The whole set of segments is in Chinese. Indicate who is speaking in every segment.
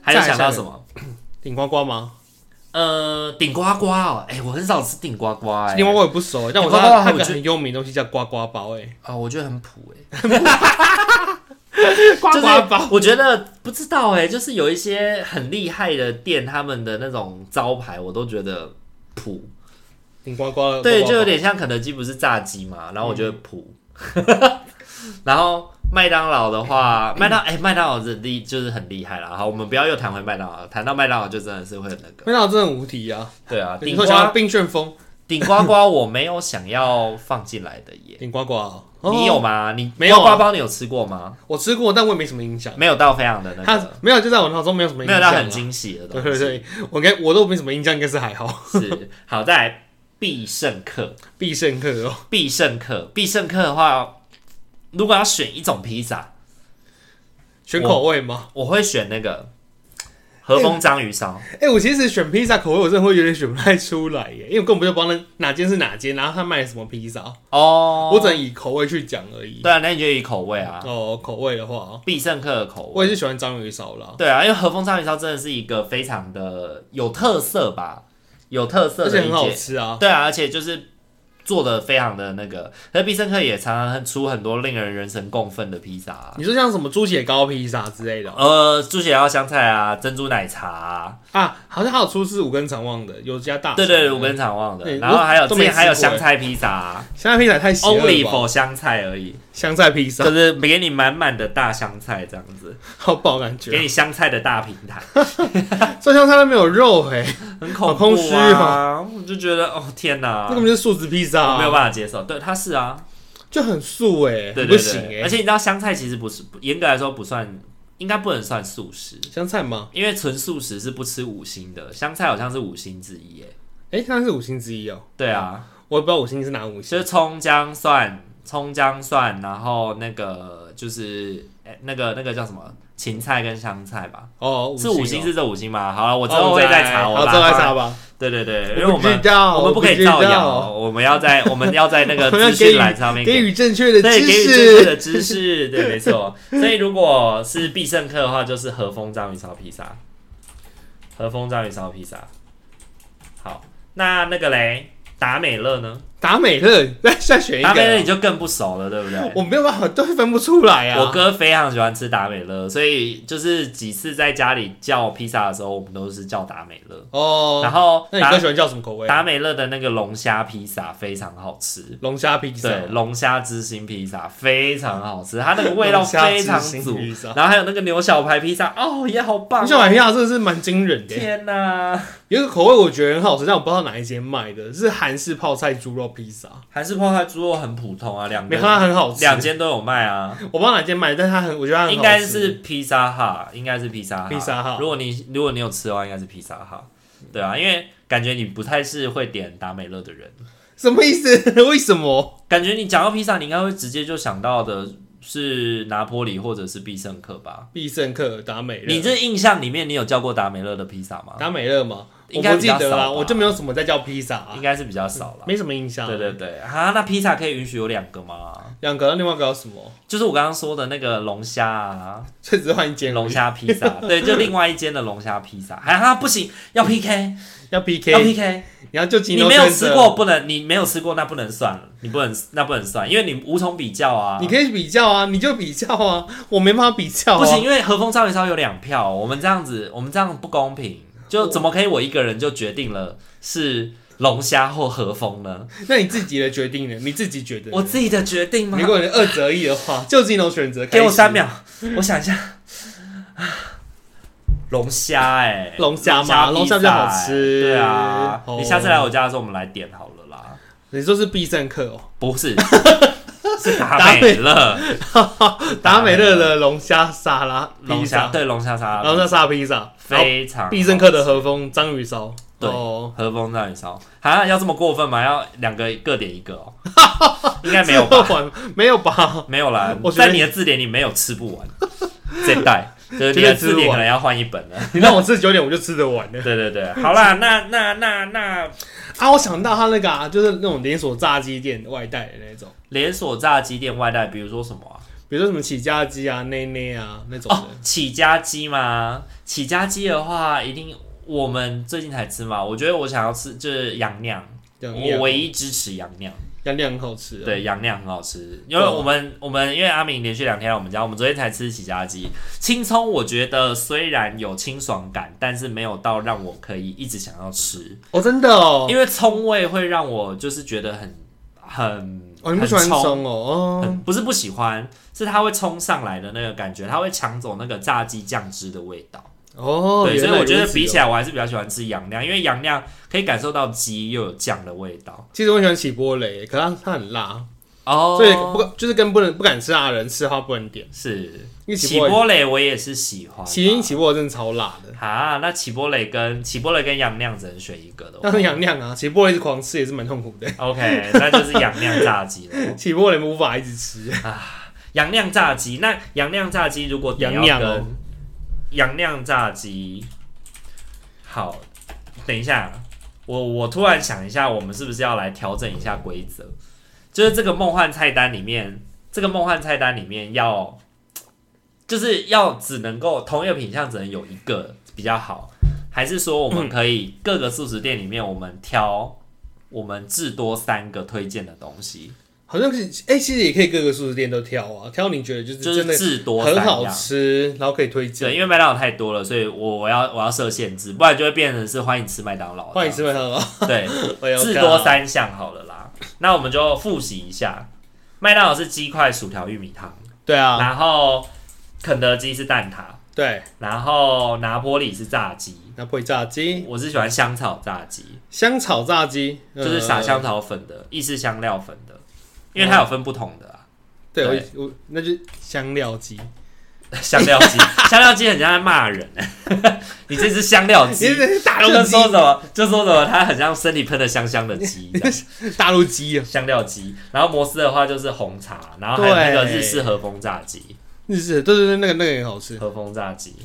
Speaker 1: 还有想到什么？
Speaker 2: 顶呱呱吗？
Speaker 1: 呃，顶呱呱哦，哎、我很少吃顶呱呱、哎，
Speaker 2: 顶呱呱我也不熟，欸但我知
Speaker 1: 顶呱呱
Speaker 2: 道
Speaker 1: 我
Speaker 2: 它有个
Speaker 1: 觉得
Speaker 2: 很有名的东西叫呱呱包，哎，
Speaker 1: 啊、我觉得很普哎、
Speaker 2: 呱呱
Speaker 1: 就是
Speaker 2: 包。
Speaker 1: 我觉得不知道哎、就是有一些很厉害的店，他们的那种招牌，我都觉得普。
Speaker 2: 顶呱呱的，
Speaker 1: 对，
Speaker 2: 呱呱包
Speaker 1: 就有点像肯德基不是炸鸡嘛，然后我觉得普。 然后麦当劳 的话，麦当哎、麦当劳是厉就是很厉害啦。好，我们不要又谈回麦当劳，谈到麦当劳就真的是会很那个。
Speaker 2: 麦当劳真的很无敌啊！
Speaker 1: 对啊，
Speaker 2: 你
Speaker 1: 顶
Speaker 2: 说想要
Speaker 1: 呱
Speaker 2: 冰旋风，
Speaker 1: 顶呱呱我没有想要放进来的耶。
Speaker 2: 顶呱呱哦，
Speaker 1: 你有
Speaker 2: 哦？
Speaker 1: 吗？你
Speaker 2: 没有啊
Speaker 1: 呱呱包你有吃过吗？
Speaker 2: 我吃过，但我也没什么印象。
Speaker 1: 没有到非常的那
Speaker 2: 它
Speaker 1: 个，
Speaker 2: 没有，就在我脑中没有什么印
Speaker 1: 没
Speaker 2: 象
Speaker 1: 有
Speaker 2: 啊。
Speaker 1: 到很惊喜的东
Speaker 2: 对
Speaker 1: 西。
Speaker 2: 对对，我该我都没什么印象，应该是还好。
Speaker 1: 是好，再来必胜客，
Speaker 2: 必胜客哦，
Speaker 1: 必胜客，必胜客的话，如果要选一种披萨，
Speaker 2: 选口味吗？
Speaker 1: 我会选那个和风章鱼烧。
Speaker 2: 哎、我其实选披萨口味，我真的会有点选不太出来耶，因为我根本就不知道那哪间是哪间，然后他卖什么披萨，
Speaker 1: 哦，
Speaker 2: 我只能以口味去讲而已。
Speaker 1: 对啊，那你就以口味啊，
Speaker 2: 哦，口味的话，
Speaker 1: 必胜客的口
Speaker 2: 我也
Speaker 1: 味。
Speaker 2: 是喜欢章鱼烧啦，
Speaker 1: 对啊，因为和风章鱼烧真的是一个非常的有特色吧，有特色
Speaker 2: 而
Speaker 1: 的
Speaker 2: 且
Speaker 1: 一
Speaker 2: 很好
Speaker 1: 间
Speaker 2: 吃啊。
Speaker 1: 对啊，而且就是做的非常的那个，可是必胜客也常常出很多令人人神共愤的披萨、啊，
Speaker 2: 你说像什么猪血糕披萨之类的哦
Speaker 1: 呃，猪血糕香菜啊，珍珠奶茶、啊，
Speaker 2: 啊，好像还有出是五根肠旺的，有家大
Speaker 1: 对对对，
Speaker 2: 肠
Speaker 1: 我跟常忘的，
Speaker 2: 对
Speaker 1: 然后还有
Speaker 2: 都
Speaker 1: 之
Speaker 2: 没
Speaker 1: 前还有
Speaker 2: 吃过欸
Speaker 1: 香菜披萨、啊、
Speaker 2: 香菜披萨太邪恶
Speaker 1: ，only
Speaker 2: 了吧
Speaker 1: for 香菜而已，
Speaker 2: 香菜披萨
Speaker 1: 就是给你满满的大香菜这样子，
Speaker 2: 好饱感
Speaker 1: 给
Speaker 2: 觉，啊
Speaker 1: 你香菜的大平台，
Speaker 2: 这香菜都没有肉哎、
Speaker 1: 很恐
Speaker 2: 好空
Speaker 1: 怖
Speaker 2: 虚
Speaker 1: 啊！我就觉得哦天哪
Speaker 2: 那，根本就是素食披萨、
Speaker 1: 我
Speaker 2: 啊，
Speaker 1: 没有办法接受，对，它是啊，
Speaker 2: 就很素哎、
Speaker 1: 对
Speaker 2: 不
Speaker 1: 对
Speaker 2: 行哎、
Speaker 1: 对，而且你知道香菜其实不是，严格来说不算，应该不能算素食。
Speaker 2: 香菜吗？
Speaker 1: 因为纯素食是不吃五星的，香菜好像是五星之一耶。
Speaker 2: 哎、香菜是五星之一哦、
Speaker 1: 对啊，
Speaker 2: 我也不知道五星是哪五星
Speaker 1: 就。是葱姜蒜、葱姜蒜，然后那个就是哎、那个那个叫什么芹菜跟香菜吧？
Speaker 2: 哦，
Speaker 1: 是
Speaker 2: 五
Speaker 1: 五
Speaker 2: 星
Speaker 1: 星
Speaker 2: 哦，
Speaker 1: 是这五星吗？好了，我之后会再查，
Speaker 2: 好，
Speaker 1: 我
Speaker 2: 之后再
Speaker 1: 把它
Speaker 2: 查吧。
Speaker 1: 对对对，因为我
Speaker 2: 不知
Speaker 1: 们
Speaker 2: 道，
Speaker 1: 我们不可以
Speaker 2: 知
Speaker 1: 造谣
Speaker 2: 道，
Speaker 1: 哦，我们要在我们要在那
Speaker 2: 我
Speaker 1: 个
Speaker 2: 们要
Speaker 1: 资
Speaker 2: 给予
Speaker 1: 讯栏上面
Speaker 2: 给予正确的
Speaker 1: 对，
Speaker 2: 知
Speaker 1: 给予正确
Speaker 2: 识。
Speaker 1: 的知识，对，没错。所以如果是必胜客的话，就是和风章鱼烧披萨，和风章鱼烧披萨。好，那那个嘞，达美乐呢？
Speaker 2: 达美乐，再再选一
Speaker 1: 达美乐
Speaker 2: 个啊
Speaker 1: 你，就更不熟了，对不对？
Speaker 2: 我没有办法，都分不出来啊。
Speaker 1: 我哥非常喜欢吃达美乐，所以就是几次在家里叫披萨的时候，我们都是叫达美乐。然
Speaker 2: 哦，
Speaker 1: 后
Speaker 2: 那你哥
Speaker 1: 达
Speaker 2: 喜欢叫什么口味？
Speaker 1: 达美乐的那个龙虾披萨非常好吃，
Speaker 2: 龙虾披萨，
Speaker 1: 对，龙虾之心披萨非常好吃，它那个味道非
Speaker 2: 龙虾
Speaker 1: 常足
Speaker 2: 之心披萨，
Speaker 1: 然后还有那个牛小排披萨，哦，也好棒、
Speaker 2: 龙
Speaker 1: 哦。
Speaker 2: 虾买披萨真的是蛮惊人的。
Speaker 1: 天哪、
Speaker 2: 有一个口味我觉得很好吃，但我不知道哪一间卖的，是韩式泡菜猪肉披萨，
Speaker 1: 韩式泡菜猪肉很普通啊，两
Speaker 2: 没
Speaker 1: 个
Speaker 2: 看它很好吃。
Speaker 1: 两间都有卖啊，
Speaker 2: 我不知道哪间卖的，但它很，我觉得它很好吃。
Speaker 1: 应该是披萨哈，应该是披萨哈，
Speaker 2: 披萨哈嗯
Speaker 1: 如果你如果你有吃的话，应该是披萨哈。对啊，因为感觉你不太是会点达美乐的人，
Speaker 2: 什么意思？为什么？
Speaker 1: 感觉你讲到披萨，你应该会直接就想到的是拿坡里或者是必胜客吧？
Speaker 2: 必胜客达美乐，
Speaker 1: 你这印象里面，你有叫过达美乐的披萨吗？
Speaker 2: 达美乐吗？我
Speaker 1: 应该
Speaker 2: 不
Speaker 1: 比
Speaker 2: 记
Speaker 1: 较
Speaker 2: 得
Speaker 1: 少
Speaker 2: 啦，
Speaker 1: 吧
Speaker 2: 我就没有什么在叫披萨啊
Speaker 1: 应，该是比较少了。
Speaker 2: 没什么印象。
Speaker 1: 对对对，啊，那披萨可以允许有两个吗？
Speaker 2: 两个，另外一个叫什么？
Speaker 1: 就是我刚刚说的那个龙虾啊，
Speaker 2: 所以只是换一间
Speaker 1: 龙虾 披萨，对，就另外一间的龙虾披萨。还啊，不行，要 PK，
Speaker 2: 要
Speaker 1: 要
Speaker 2: PK，
Speaker 1: PK。
Speaker 2: 你要就金
Speaker 1: 你
Speaker 2: 牛
Speaker 1: 没有
Speaker 2: 先生
Speaker 1: 吃过，不能，你没有吃过，那不能算了，你不能，那不能算，因为你无从比较啊。
Speaker 2: 你可以比较啊，你就比较啊， 我没办法比较、啊，
Speaker 1: 不行，，因为和风章鱼烧有两票，我们这样子，我们这样不公平。就怎么可以我一个人就决定了是龙虾或和风呢？
Speaker 2: 那你自己的决定呢？你自己觉得呢？
Speaker 1: 我自己的决定吗
Speaker 2: 如？果你二择一的话，就金牛选择。
Speaker 1: 给我三，秒，我想一下。啊龙虾哎，
Speaker 2: 龙虾嘛龙
Speaker 1: 龙
Speaker 2: 虾
Speaker 1: 披
Speaker 2: 比较
Speaker 1: 萨
Speaker 2: 好
Speaker 1: 欸
Speaker 2: 吃
Speaker 1: 对啊，
Speaker 2: 哦
Speaker 1: 你下次来我家的时候，我们来点好了啦。
Speaker 2: 你说是必胜客哦，
Speaker 1: 不是，是达美乐
Speaker 2: 达美乐的龙虾沙拉
Speaker 1: 龙
Speaker 2: 披
Speaker 1: 虾，
Speaker 2: 萨，啊
Speaker 1: 对龙虾沙拉
Speaker 2: 龙虾沙拉披萨，然后
Speaker 1: 非常
Speaker 2: 必胜客的和风章鱼烧，
Speaker 1: 对
Speaker 2: 哦，
Speaker 1: 和风让你烧啊，要这么过分吗？要两个各点一个 哦，应该没有吧？
Speaker 2: 吧？ 没有吧？
Speaker 1: 没有啦
Speaker 2: 我，觉得
Speaker 1: 在你的字典里没有吃不完这 代，就是你
Speaker 2: 绝对
Speaker 1: 的
Speaker 2: 吃不完
Speaker 1: 字典可能要换一本 了。
Speaker 2: 你让我吃九点，我就吃得完了。
Speaker 1: 对对对，好啦，那那那那
Speaker 2: 啊，我想到他那个啊，就是那种连锁炸鸡店外带的那种，
Speaker 1: 连锁炸鸡店外带，比如说什么啊？
Speaker 2: 比如说什么起家鸡啊、内内啊那种
Speaker 1: 哦
Speaker 2: 的。，
Speaker 1: 起家鸡吗？起家鸡的话，一定我们最近才吃嘛。我觉得我想要吃就是羊酿，
Speaker 2: 这样
Speaker 1: 哦我唯一支持羊酿。
Speaker 2: 要量很好吃、啊。，
Speaker 1: 对，羊酿很好吃，因
Speaker 2: 对
Speaker 1: 为
Speaker 2: 啊
Speaker 1: 我们我们因为阿明连续两天来我们家，我们昨天才吃起家鸡。青葱我觉得虽然有清爽感，但是没有到让我可以一直想要吃，
Speaker 2: 哦，真的哦，
Speaker 1: 因为葱味会让我就是觉得很很
Speaker 2: 哦，你不喜欢
Speaker 1: 很冲
Speaker 2: 葱哦，哦，
Speaker 1: 很不是不喜欢，是它会冲上来的那个感觉，它会抢走那个炸鸡酱汁的味道。
Speaker 2: 哦，
Speaker 1: 对，所以我觉得比起
Speaker 2: 来，
Speaker 1: 来，我还是比较喜欢吃羊酿，因为羊酿可以感受到鸡又有酱的味道。
Speaker 2: 其实我很喜欢起波雷，可是它它很辣，
Speaker 1: 哦，
Speaker 2: 所以不就是跟不能不敢吃辣的人吃的话不能点，
Speaker 1: 是
Speaker 2: 因为
Speaker 1: 起
Speaker 2: 起波
Speaker 1: 波蕾，我也是喜欢啊。
Speaker 2: 起因起波雷真的超辣的，
Speaker 1: 啊，那起波蕾跟起波蕾跟杨亮只能选一 个的
Speaker 2: 但
Speaker 1: 话。
Speaker 2: 是杨亮啊，起波雷一直狂吃也是蛮痛苦 的，
Speaker 1: OK，那就是杨亮炸鸡了。
Speaker 2: 起波雷无法一直吃，
Speaker 1: 杨亮炸鸡，那杨亮炸鸡如果你要
Speaker 2: 杨亮
Speaker 1: 跟
Speaker 2: 哦，
Speaker 1: 杨亮炸鸡，好，等一下，我我突然想一下，我们是不是要来调整一下规则？就是这个梦幻菜单里面，这个梦幻菜单里面要，就是要只能够同一个品相只能有一个比较好，还是说我
Speaker 2: 嗯
Speaker 1: 们可以各个素食店里面我们挑我们至多三个推荐的东西，
Speaker 2: 好像是哎、其实也可以各个素食店都挑啊，挑你觉得就是
Speaker 1: 就
Speaker 2: 真的
Speaker 1: 是至多三
Speaker 2: 很好
Speaker 1: 样。
Speaker 2: 吃，然后可以推
Speaker 1: 对，
Speaker 2: 荐，
Speaker 1: 因为麦当劳太多了，所以我我要我要设限制，不然就会变成是欢迎吃麦当劳。
Speaker 2: 欢迎吃麦当劳，
Speaker 1: 对，
Speaker 2: 我要
Speaker 1: 至
Speaker 2: 干
Speaker 1: 多三项好了啦。那我们就复习一下，麦当劳是鸡块、薯条、玉米汤，
Speaker 2: 对啊，
Speaker 1: 然后肯德基是蛋挞，
Speaker 2: 对，
Speaker 1: 然后拿坡里是炸鸡。
Speaker 2: 那破炸鸡、
Speaker 1: 我是喜欢香草炸鸡，
Speaker 2: 香草炸鸡， 呃
Speaker 1: 就是撒
Speaker 2: 傻
Speaker 1: 香草粉的、意式香料粉的，因为它有分不同的啊。
Speaker 2: 对，
Speaker 1: 对
Speaker 2: 我我那就香料鸡，
Speaker 1: 香料鸡，香料鸡很像在骂人、 你这只香料鸡
Speaker 2: 你，是大
Speaker 1: 就
Speaker 2: 陆
Speaker 1: 说什
Speaker 2: 鸡，
Speaker 1: 么就说什么，它很像身体喷的香香的 鸡这样，
Speaker 2: 大陆鸡啊，
Speaker 1: 香料鸡。然后摩斯的话就是红茶，然后还有那个日式和风炸鸡，
Speaker 2: 日式的，对对对，那个那个也好吃。
Speaker 1: 和风炸鸡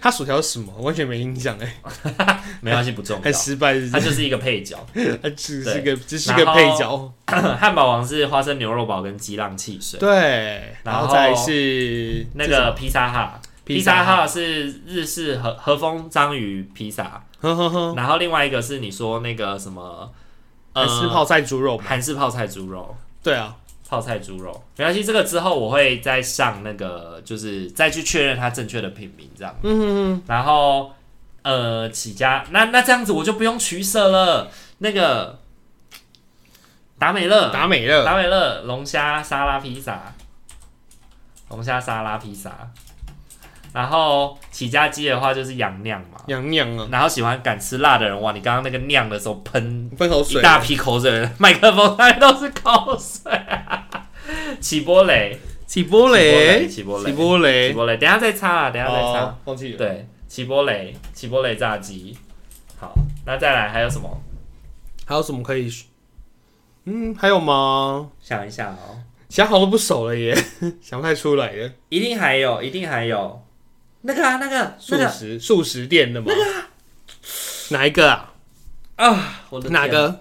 Speaker 2: 它薯条是什么完全没印象哎，
Speaker 1: 没关系，不重
Speaker 2: 很
Speaker 1: 要，
Speaker 2: 失败是
Speaker 1: 它
Speaker 2: 不是，
Speaker 1: 就是一个配角。
Speaker 2: 它只
Speaker 1: 对
Speaker 2: 是个只是
Speaker 1: 然
Speaker 2: 个
Speaker 1: 后
Speaker 2: 配角，
Speaker 1: 汉堡王是花生牛肉堡跟鸡浪汽水，
Speaker 2: 对，
Speaker 1: 然
Speaker 2: 然
Speaker 1: 后
Speaker 2: 后再来是
Speaker 1: 那
Speaker 2: 这什
Speaker 1: 个
Speaker 2: 么
Speaker 1: 披萨哈。披
Speaker 2: 披
Speaker 1: 萨
Speaker 2: 萨哈
Speaker 1: 哈是日式和和风章鱼披萨，
Speaker 2: 呵呵呵，
Speaker 1: 然后另外一个是你说那个什么，呃
Speaker 2: 还是泡菜猪肉，
Speaker 1: 韩式泡菜猪肉，
Speaker 2: 对啊，
Speaker 1: 泡菜猪肉，没关系，这个之后我会再上那个，就是再去确认它正确的品名这样。
Speaker 2: 嗯，
Speaker 1: 然后呃，起家，那那这样子我就不用取舍了。那个达美乐，
Speaker 2: 达美乐，
Speaker 1: 达美乐龙虾沙拉披萨，龙虾沙拉披萨。然后起家鸡的话就是洋酿嘛，
Speaker 2: 洋酿啊，
Speaker 1: 然后喜欢敢吃辣的人，哇，你刚刚那个酿的时候喷
Speaker 2: 分口
Speaker 1: 一
Speaker 2: 水，
Speaker 1: 大批口水，麦克风上面都是口水、起波雷，
Speaker 2: 起波雷，
Speaker 1: 起波雷
Speaker 2: 起波
Speaker 1: 起
Speaker 2: 雷，
Speaker 1: 波雷，等一下再擦啊，等一下再擦。
Speaker 2: 哦，忘记了，
Speaker 1: 对，起波雷，起波雷炸鸡。好，那再来还有什么？
Speaker 2: 还有什么可以？嗯，还有吗？
Speaker 1: 想一下哦，
Speaker 2: 其他好像都不熟了耶， 想不太出来耶。
Speaker 1: 一定还有，一定还有那个啊，那个
Speaker 2: 素
Speaker 1: 那个
Speaker 2: 食素食店的吗？哪一个啊？
Speaker 1: 啊，我的天
Speaker 2: 哪？个？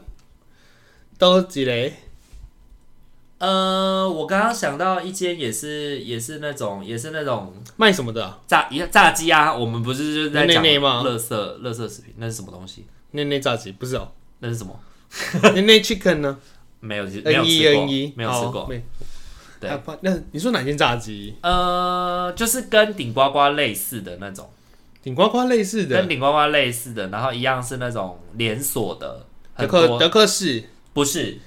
Speaker 2: 都几雷？
Speaker 1: 呃，我刚刚想到一间也是也是那种也是那种
Speaker 2: 卖什么的啊？
Speaker 1: 炸一炸鸡啊，我们不是就是在讲
Speaker 2: 内内吗
Speaker 1: 垃圾垃圾食品，那是什么东西？
Speaker 2: 那那炸鸡不是 哦，
Speaker 1: 那是什么？
Speaker 2: 那那 chicken 呢
Speaker 1: 没有，其实没有
Speaker 2: ？N
Speaker 1: 吃
Speaker 2: E
Speaker 1: 过
Speaker 2: N E
Speaker 1: 没有吃过。
Speaker 2: 没。
Speaker 1: 对
Speaker 2: 啊，不那你说哪间炸鸡？
Speaker 1: 呃，就是跟顶呱呱类似的那种，
Speaker 2: 顶呱呱类似
Speaker 1: 跟
Speaker 2: 的，
Speaker 1: 顶呱呱类似的，然后一样是那种连锁的，
Speaker 2: 德
Speaker 1: 很
Speaker 2: 克
Speaker 1: 多
Speaker 2: 德克士
Speaker 1: 不是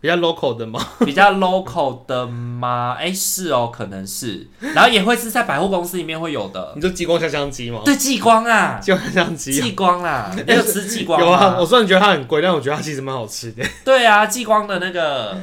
Speaker 2: 比较 local 的 吗？
Speaker 1: 比较 local 的吗？ 哎，是哦，可能是，然后也会是在百货公司里面会有的，
Speaker 2: 你说激光香香鸡吗？
Speaker 1: 对，激光啊，
Speaker 2: 哦激光香香鸡啊
Speaker 1: 激 光啦，你有吃激光
Speaker 2: 有啊，
Speaker 1: 吗
Speaker 2: 我？虽
Speaker 1: 啊
Speaker 2: 然觉得它很贵，但我觉得它其实蛮好吃的。
Speaker 1: 对啊，激光的那个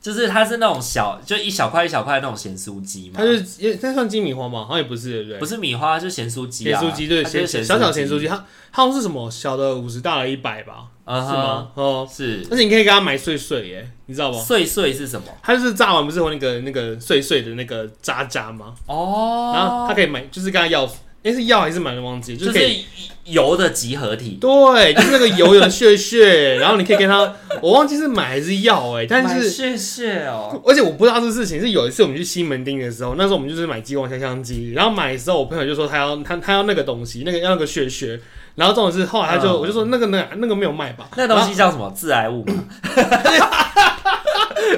Speaker 1: 就是它是那种小，就一小块一小块的那种咸酥鸡嘛
Speaker 2: 它，就是也它算鸡米花吗？好像也不是，对不对？
Speaker 1: 不是米花，就咸酥鸡
Speaker 2: 咸
Speaker 1: 啊，
Speaker 2: 酥鸡对，
Speaker 1: 它就是
Speaker 2: 咸小
Speaker 1: 咸
Speaker 2: 小咸酥鸡，它它好像是什么小的五十，大的一百吧？
Speaker 1: 啊
Speaker 2: 是吗？哦，
Speaker 1: 是
Speaker 2: 而且你可以给它买碎碎耶，你知道吗？
Speaker 1: 碎碎是什么？
Speaker 2: 它就是炸完不是有那个那个碎碎的那个渣渣吗？
Speaker 1: 哦，
Speaker 2: 然后它可以买，就是跟它要，哎是要还是买的忘记，就
Speaker 1: 就是
Speaker 2: 可以
Speaker 1: 是油的集合体，
Speaker 2: 对，就是那个油油的屑屑，然后你可以跟他，我忘记是买还是要哎、但
Speaker 1: 买
Speaker 2: 是
Speaker 1: 屑屑 哦，
Speaker 2: 而且我不知道这事情是有一次我们去西门町的时候，那时候我们就是买激光香香鸡，然后买的时候我朋友就说他要他他要那个东西，那个要那个屑屑，然后这种是后来他就、
Speaker 1: 嗯
Speaker 2: 我就说那个那哦那个没有卖吧，
Speaker 1: 那东西叫什么？致癌物 嘛，
Speaker 2: 然后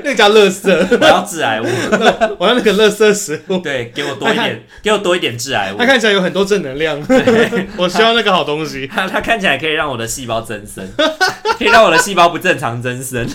Speaker 2: 那个叫乐色，
Speaker 1: 我要致癌物，
Speaker 2: 我要那个乐色食物，
Speaker 1: 对，给我多一 点，给我多一点致癌物
Speaker 2: 它。看起来有很多正能 量，我需要那个好东西。
Speaker 1: 它它看起来可以让我的细胞增生，可以让我的细胞不正常增生。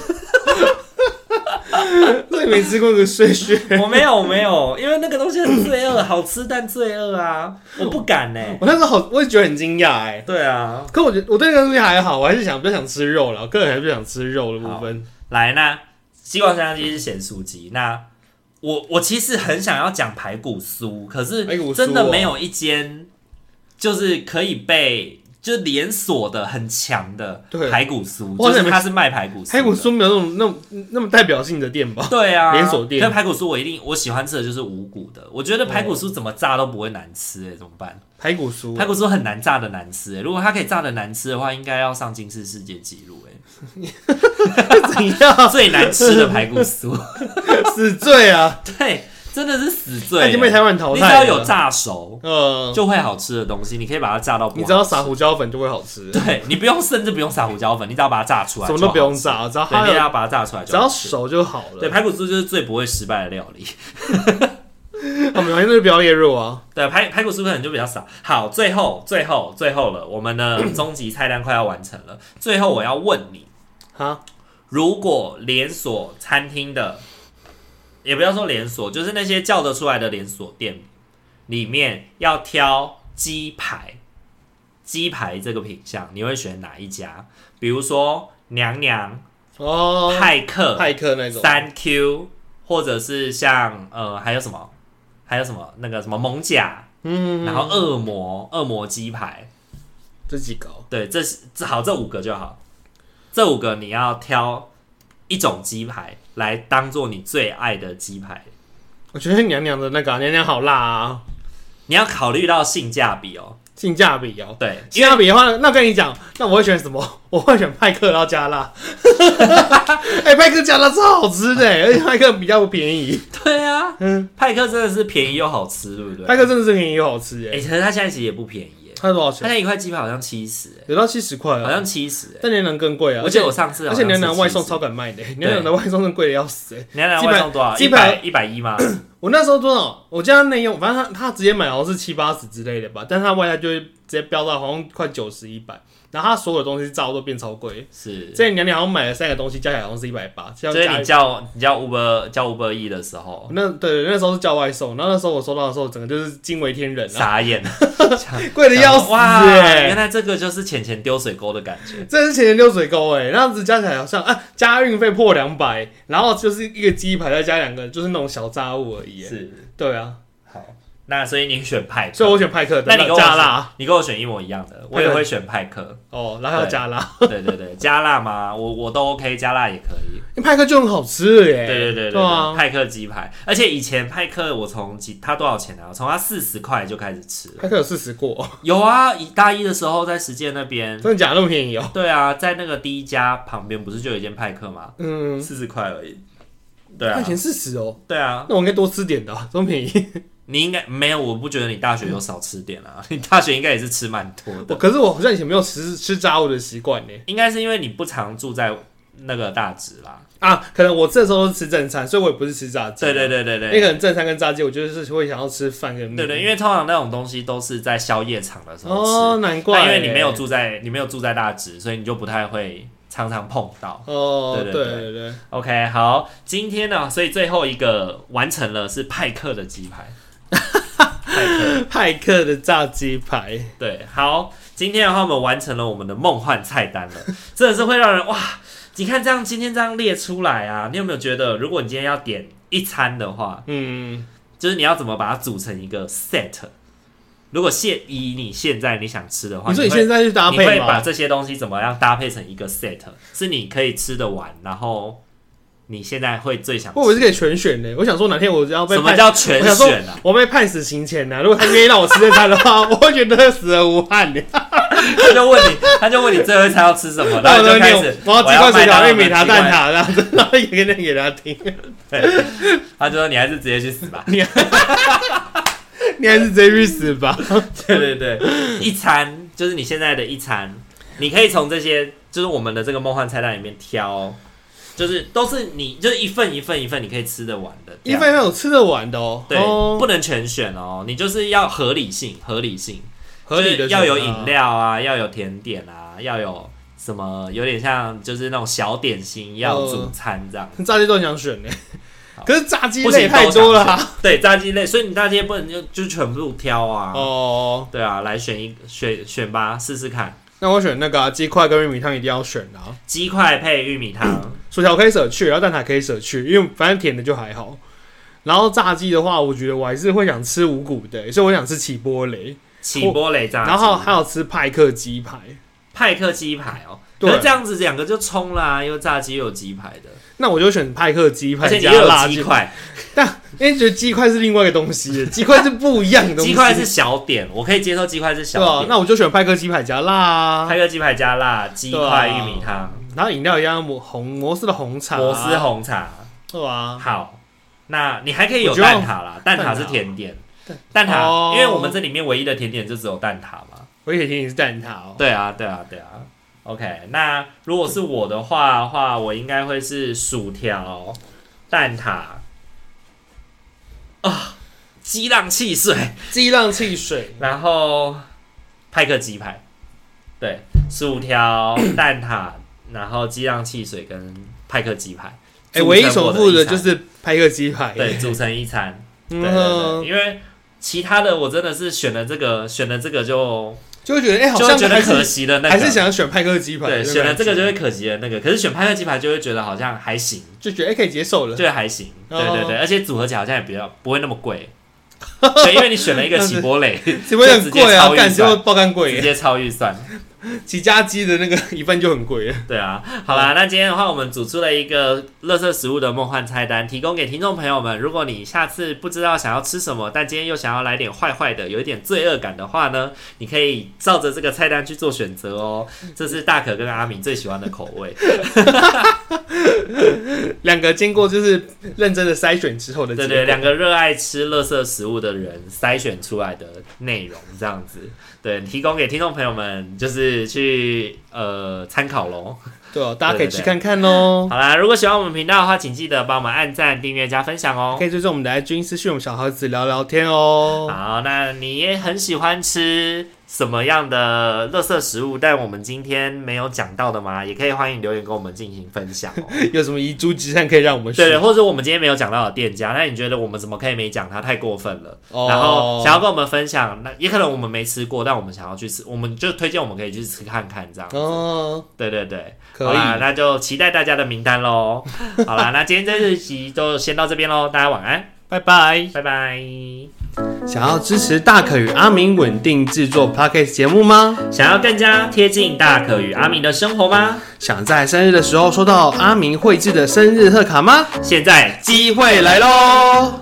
Speaker 2: 那你没吃过那个碎屑？
Speaker 1: 我没有，我没有，因为那个东西很罪恶，好吃但罪恶啊，我不敢呢、
Speaker 2: 我那时候好，我也觉得很惊讶哎。
Speaker 1: 对啊，
Speaker 2: 可我觉得我对那个东西还好，我还是想比较想吃肉了，我个人还是比较想吃肉的部分。
Speaker 1: 来，那西瓜香鸡是咸酥鸡，那我我其实很想要讲排骨酥，可是
Speaker 2: 排骨酥哦
Speaker 1: 真的没有一间就是可以被。就连锁的很强的
Speaker 2: 对
Speaker 1: 排骨酥，
Speaker 2: 哇
Speaker 1: 就
Speaker 2: 你
Speaker 1: 是
Speaker 2: 们
Speaker 1: 它是卖排骨酥的，
Speaker 2: 排骨酥没有那种那种那么代表性的店吧？
Speaker 1: 对啊，
Speaker 2: 连锁店
Speaker 1: 可排骨酥我一定我喜欢吃的就是无骨的，我觉得排骨酥怎么炸都不会难吃哎、怎么办？
Speaker 2: 排骨酥
Speaker 1: 排骨酥很难炸的难吃哎、如果它可以炸的难吃的话，应该要上金氏世界纪录哎，
Speaker 2: 怎样？
Speaker 1: 最难吃的排骨酥，
Speaker 2: 死罪啊！
Speaker 1: 对，真的是死罪、
Speaker 2: 他已经被台湾淘
Speaker 1: 你
Speaker 2: 汰
Speaker 1: 只
Speaker 2: 了。
Speaker 1: 要有炸熟
Speaker 2: 呃，
Speaker 1: 就会好吃的东西，你可以把它炸到不好
Speaker 2: 你只要撒胡椒粉就会好吃，什
Speaker 1: 对你不用甚至不用撒胡椒粉，你只要把它炸出来，
Speaker 2: 么都不用，炸，只要
Speaker 1: 对，
Speaker 2: 它
Speaker 1: 你只
Speaker 2: 有
Speaker 1: 要把它炸出来
Speaker 2: 只
Speaker 1: 就
Speaker 2: 要
Speaker 1: 好吃。
Speaker 2: 熟就好
Speaker 1: 对，
Speaker 2: 了。
Speaker 1: 排骨酥就是最不会失败的料理。
Speaker 2: 我们完全就是表演肉啊！
Speaker 1: 对，排排骨酥可能就比较少。好，最后最后最后了，我们的终极菜单快要完成了。最后我要问你，
Speaker 2: 哈，
Speaker 1: 如果连锁餐厅的，也不要说连锁，就是那些叫得出来的连锁店里面要挑鸡排，鸡排这个品相，你会选哪一家？比如说娘娘、
Speaker 2: 哦，
Speaker 1: 派克、
Speaker 2: 派克那种，
Speaker 1: 三 Q，或者是像呃还有什么，还有什么那个什么蒙甲。
Speaker 2: 嗯，
Speaker 1: 然后恶魔恶魔鸡排，
Speaker 2: 这几个哦
Speaker 1: 对，这是这好这五个就好，这五个你要挑一种鸡排来当做你最爱的鸡排，
Speaker 2: 我觉得娘娘的那个啊娘娘好辣啊，
Speaker 1: 你要考虑到性价比哦，
Speaker 2: 性价比哦。
Speaker 1: 对，
Speaker 2: 性价比的话，那我跟你讲，那我会选什么？ 我会选派克然后加辣。 哎、派克加辣超好吃的，欸而且派克比较便宜。
Speaker 1: 对啊，
Speaker 2: 嗯，
Speaker 1: 派克真的是便宜又好吃，对不对？
Speaker 2: 派克真的是便宜又好吃
Speaker 1: 哎、
Speaker 2: 哎，
Speaker 1: 可是它现在其实也不便宜耶，
Speaker 2: 它多少
Speaker 1: 它
Speaker 2: 钱
Speaker 1: 现？在一块鸡排好像七十，
Speaker 2: 有到七十块
Speaker 1: 好
Speaker 2: 啊，
Speaker 1: 像七十，
Speaker 2: 但娘娘更贵啊，
Speaker 1: 我记得我上次
Speaker 2: 而
Speaker 1: 好
Speaker 2: 且
Speaker 1: 像是
Speaker 2: 娘娘外送
Speaker 1: 70
Speaker 2: 超，敢卖的，娘娘的外送真贵的要死哎。
Speaker 1: 娘娘
Speaker 2: 鸡排
Speaker 1: 外送多少？
Speaker 2: 鸡
Speaker 1: 一
Speaker 2: 排
Speaker 1: 百一百一吗？
Speaker 2: 我那时候多少？我家内用，反正他他直接买好像是七八十之类的吧，但是他外带就会直接飙到好像快九十一百，然后他所有东西照都变超贵。
Speaker 1: 是，
Speaker 2: 这娘娘好像买了三个东西，加起来好像是一百八，这样
Speaker 1: 所以
Speaker 2: 加哦
Speaker 1: 你叫你叫 Uber 叫 Uber E 的时候，
Speaker 2: 那对，那时候是叫外送，然后那时候我收到的时候，整个就是惊为天人啊，
Speaker 1: 傻眼。
Speaker 2: 贵的要死
Speaker 1: 哇！
Speaker 2: 哎、
Speaker 1: 原来这个就是钱钱丢水沟的感觉。
Speaker 2: 这是前年溜水沟哎、那样子加起来好像啊，加运费破两百，然后就是一个鸡排再加两个，就是那种小炸物而已、哎
Speaker 1: 是，
Speaker 2: 对啊，
Speaker 1: 好，那所以你选派克，
Speaker 2: 所以我选派克，
Speaker 1: 那你跟我
Speaker 2: 加辣
Speaker 1: 你跟我选一模一样的，我也会选派克。
Speaker 2: 哦，然后要加辣，
Speaker 1: 对对对，加辣吗？我我都 OK，加辣也可以。
Speaker 2: 因为派克就很好吃哎、
Speaker 1: 对对对
Speaker 2: 对啊，
Speaker 1: 派克鸡排，而且以前派克我从几他多少钱啊？从他四十块就开始吃了。
Speaker 2: 派克有四十过，
Speaker 1: 有啊，以大一的时候在实践那边，
Speaker 2: 真的假的那么便宜哦、
Speaker 1: 对啊，在那个第一家旁边不是就有一间派克吗？
Speaker 2: 嗯，
Speaker 1: 四十块而已。对
Speaker 2: 块
Speaker 1: 啊，
Speaker 2: 钱四十哦，
Speaker 1: 对啊，
Speaker 2: 那我应该多吃点的、啊，这么便宜，
Speaker 1: 你应该没有，我不觉得你大学有少吃点啊， 你大学应该也是吃蛮多
Speaker 2: 我
Speaker 1: 的，
Speaker 2: 可是我好像以前没有吃吃炸物的习惯呢。
Speaker 1: 应该是因为你不常住在那个大直啦。
Speaker 2: 啊，可能我这时候都是吃正餐，所以我也不是吃炸鸡。
Speaker 1: 对对对对
Speaker 2: 因为
Speaker 1: 对，
Speaker 2: 可能正餐跟炸鸡，我就是会想要吃饭跟面。
Speaker 1: 对对，因为通常那种东西都是在宵夜场的时候吃，
Speaker 2: 哦，难怪、
Speaker 1: 但因为你没有住在你没有住在大直，所以你就不太会常常碰到。
Speaker 2: 哦，
Speaker 1: 对
Speaker 2: 对
Speaker 1: 对对
Speaker 2: 对对，
Speaker 1: OK，好，今天呢，所以最后一个完成了是派克的 鸡排，派克
Speaker 2: 派克的炸鸡排，
Speaker 1: 对，好，今天的话我们完成了我们的梦幻菜单了，真的是会让人哇，你看这样今天这样列出来啊，你有没有觉得，如果你今天要点一餐的话，
Speaker 2: 嗯，
Speaker 1: 就是你要怎么把它组成一个 set？如果现以你现在你想吃的话，
Speaker 2: 你说
Speaker 1: 你
Speaker 2: 你
Speaker 1: 会
Speaker 2: 现在去搭
Speaker 1: 你会
Speaker 2: 配
Speaker 1: 把
Speaker 2: 吗？
Speaker 1: 这些东西怎么样搭配成一个 set？是你可以吃得完，然后你现在会最想吃
Speaker 2: 我以为是可以全选的，我想说哪天我只要被
Speaker 1: 什么
Speaker 2: 判，
Speaker 1: 叫
Speaker 2: 我
Speaker 1: 全
Speaker 2: 想说
Speaker 1: 选啊？
Speaker 2: 我被判死刑前啊呢、如果他愿意让我吃这餐的话， 我会觉得死而无憾的。
Speaker 1: 他就问你，他就问你最后一餐要吃什么，然
Speaker 2: 然
Speaker 1: 后
Speaker 2: 后
Speaker 1: 你就开
Speaker 2: 我
Speaker 1: 始
Speaker 2: 我要鸡块水
Speaker 1: 麦当劳
Speaker 2: 饺、玉
Speaker 1: 的
Speaker 2: 米塔
Speaker 1: 鸡块
Speaker 2: 蛋挞这样子，然后也念给他听。
Speaker 1: 他就说你还是直接去死 吧。
Speaker 2: 你还是直接去死吧。
Speaker 1: 对啊对对，一餐就是你现在的一餐，你可以从这些就是我们的这个梦幻菜单里面挑，就是都是你就是一份一份一份你可以吃得完的这
Speaker 2: 一
Speaker 1: 样，
Speaker 2: 份一份有吃得完的哦，
Speaker 1: 对，
Speaker 2: 哦
Speaker 1: 不能全选哦，你就是要合理性，合理性，
Speaker 2: 合理
Speaker 1: 就
Speaker 2: 的
Speaker 1: 是要有
Speaker 2: 选择啊
Speaker 1: 饮。料啊，要有甜点啊，要有什么有点像就是那种小点心，要
Speaker 2: 哦
Speaker 1: 有主餐这样。
Speaker 2: 炸鸡都很想选呢
Speaker 1: 好，
Speaker 2: 可是炸鸡
Speaker 1: 不
Speaker 2: 类
Speaker 1: 行，
Speaker 2: 太多了啊。
Speaker 1: 对，炸鸡类，所以你大家不能就就全部挑啊。
Speaker 2: 哦，
Speaker 1: 对啊，来选一选选吧，试试看。
Speaker 2: 那我选那个啊鸡块跟玉米汤一定要选的啊，
Speaker 1: 鸡块配玉米汤，
Speaker 2: 薯条可以舍去，然后蛋挞可以舍去，因为反正甜的就还好。然后炸鸡的话，我觉得我还是会想吃五谷的，所以我想吃起波雷，
Speaker 1: 起波雷炸鸡，
Speaker 2: 然后还有吃派克鸡排。
Speaker 1: 派克鸡排哦。
Speaker 2: 对
Speaker 1: 可是这样子两个就冲啦、又炸鸡又有鸡排的，
Speaker 2: 那我就选派克鸡
Speaker 1: 而
Speaker 2: 排
Speaker 1: 且你
Speaker 2: 加
Speaker 1: 又有
Speaker 2: 辣
Speaker 1: 鸡
Speaker 2: 鸡，
Speaker 1: 块，
Speaker 2: 因为觉得鸡块是另外一个东 西，鸡块是不一样的东西。
Speaker 1: 鸡块是小点，我可以接受鸡块是
Speaker 2: 对啊
Speaker 1: 小，点。
Speaker 2: 那我就选派克鸡排加辣啊。
Speaker 1: 派克鸡排加辣，鸡
Speaker 2: 对啊
Speaker 1: 块玉米汤，
Speaker 2: 然后饮料一样摩红摩斯的红茶、
Speaker 1: 摩斯，红茶。
Speaker 2: 对吧、
Speaker 1: 好，那你还可以有
Speaker 2: 我觉得
Speaker 1: 蛋挞啦，蛋挞是甜点。蛋
Speaker 2: 哦
Speaker 1: 挞，因为我们这里面唯一的甜点就只有蛋挞嘛。
Speaker 2: 我也听你是蛋挞哦。
Speaker 1: 对啊，对啊，对啊。OK，那如果是我的话的话，我应该会是薯条、蛋挞啊、激浪汽水，
Speaker 2: 激浪汽水，
Speaker 1: 然后派克鸡排，对，薯条、蛋挞，然后激浪汽水跟派克鸡排。
Speaker 2: 哎、唯一
Speaker 1: 组成
Speaker 2: 重
Speaker 1: 我
Speaker 2: 复的
Speaker 1: 一餐
Speaker 2: 就是拍个鸡排。
Speaker 1: 对，组成一餐。
Speaker 2: 哎嗯
Speaker 1: 对对对，因为其他的我真的是选了这个，选了这个就
Speaker 2: 就会觉得哎、好
Speaker 1: 就会
Speaker 2: 像
Speaker 1: 觉得
Speaker 2: 还是、
Speaker 1: 可惜了那个，
Speaker 2: 还是想选派克鸡排。
Speaker 1: 对
Speaker 2: 那种
Speaker 1: 选了这个就
Speaker 2: 感
Speaker 1: 会可惜了那个，可是选派克鸡排就会觉得好像还行，
Speaker 2: 觉就觉得哎、可以接受了。
Speaker 1: 就还行，对
Speaker 2: 哦
Speaker 1: 对对，而且组合起来好像也比较不会那么贵，对，因为你选了一个起波蕾，
Speaker 2: 只不过
Speaker 1: 就直
Speaker 2: 很
Speaker 1: 接
Speaker 2: 贵啊
Speaker 1: 超，预
Speaker 2: 干就
Speaker 1: 算
Speaker 2: 爆肝贵
Speaker 1: 直
Speaker 2: 耶。
Speaker 1: 接超预算，
Speaker 2: 起家鸡的那个 一份就很贵了。
Speaker 1: 对啊，好啦，那今天的话，我们组出了一个乐色食物的梦幻菜单，提供给听众朋友们。如果你下次不知道想要吃什么，但今天又想要来点坏坏的，有一点罪恶感的话呢，你可以照着这个菜单去做选择哦。这是大可跟阿敏最喜欢的口味。
Speaker 2: 两个经过就是认真的筛选之后的结
Speaker 1: 对
Speaker 2: 果，
Speaker 1: 对，两个热爱吃乐色食物的人筛选出来的内容，这样子，对，提供给听众朋友们，就是去呃参考喽。
Speaker 2: 对哦，大家可以
Speaker 1: 对对
Speaker 2: 去
Speaker 1: 对
Speaker 2: 看看哦。
Speaker 1: 好啦，如果喜欢我们频道的话，请记得帮我们按赞、订阅、加分享哦。
Speaker 2: 可以追踪我们的 IG 私讯我们小猴子聊聊天哦。
Speaker 1: 好，那你也很喜欢吃什么样的垃圾食物？但我们今天没有讲到的吗？也可以欢迎留言跟我们进行分享、哦。
Speaker 2: 有什么遗珠之憾可以让我们
Speaker 1: 对，
Speaker 2: 选？
Speaker 1: 或者我们今天没有讲到的店家，那你觉得我们怎么可以没讲它？太过分了。
Speaker 2: 哦
Speaker 1: 然后想要跟我们分享，那也可能我们没吃过，但我们想要去吃，我们就推荐我们可以去吃看看这样。
Speaker 2: 哦，
Speaker 1: 对对对。
Speaker 2: 可
Speaker 1: 好
Speaker 2: 以，
Speaker 1: 啦，那就期待大家的名单喽。 好啦，那今天这期就先到这边喽，大家晚安，
Speaker 2: 拜拜。
Speaker 1: 拜拜。
Speaker 2: 想要支持大可与阿明稳定制作 podcast 节目吗？
Speaker 1: 想要更加贴近大可与阿明的生活吗？
Speaker 2: 想在生日的时候收到阿明绘制的生日贺卡吗？
Speaker 1: 现在
Speaker 2: 机会来喽！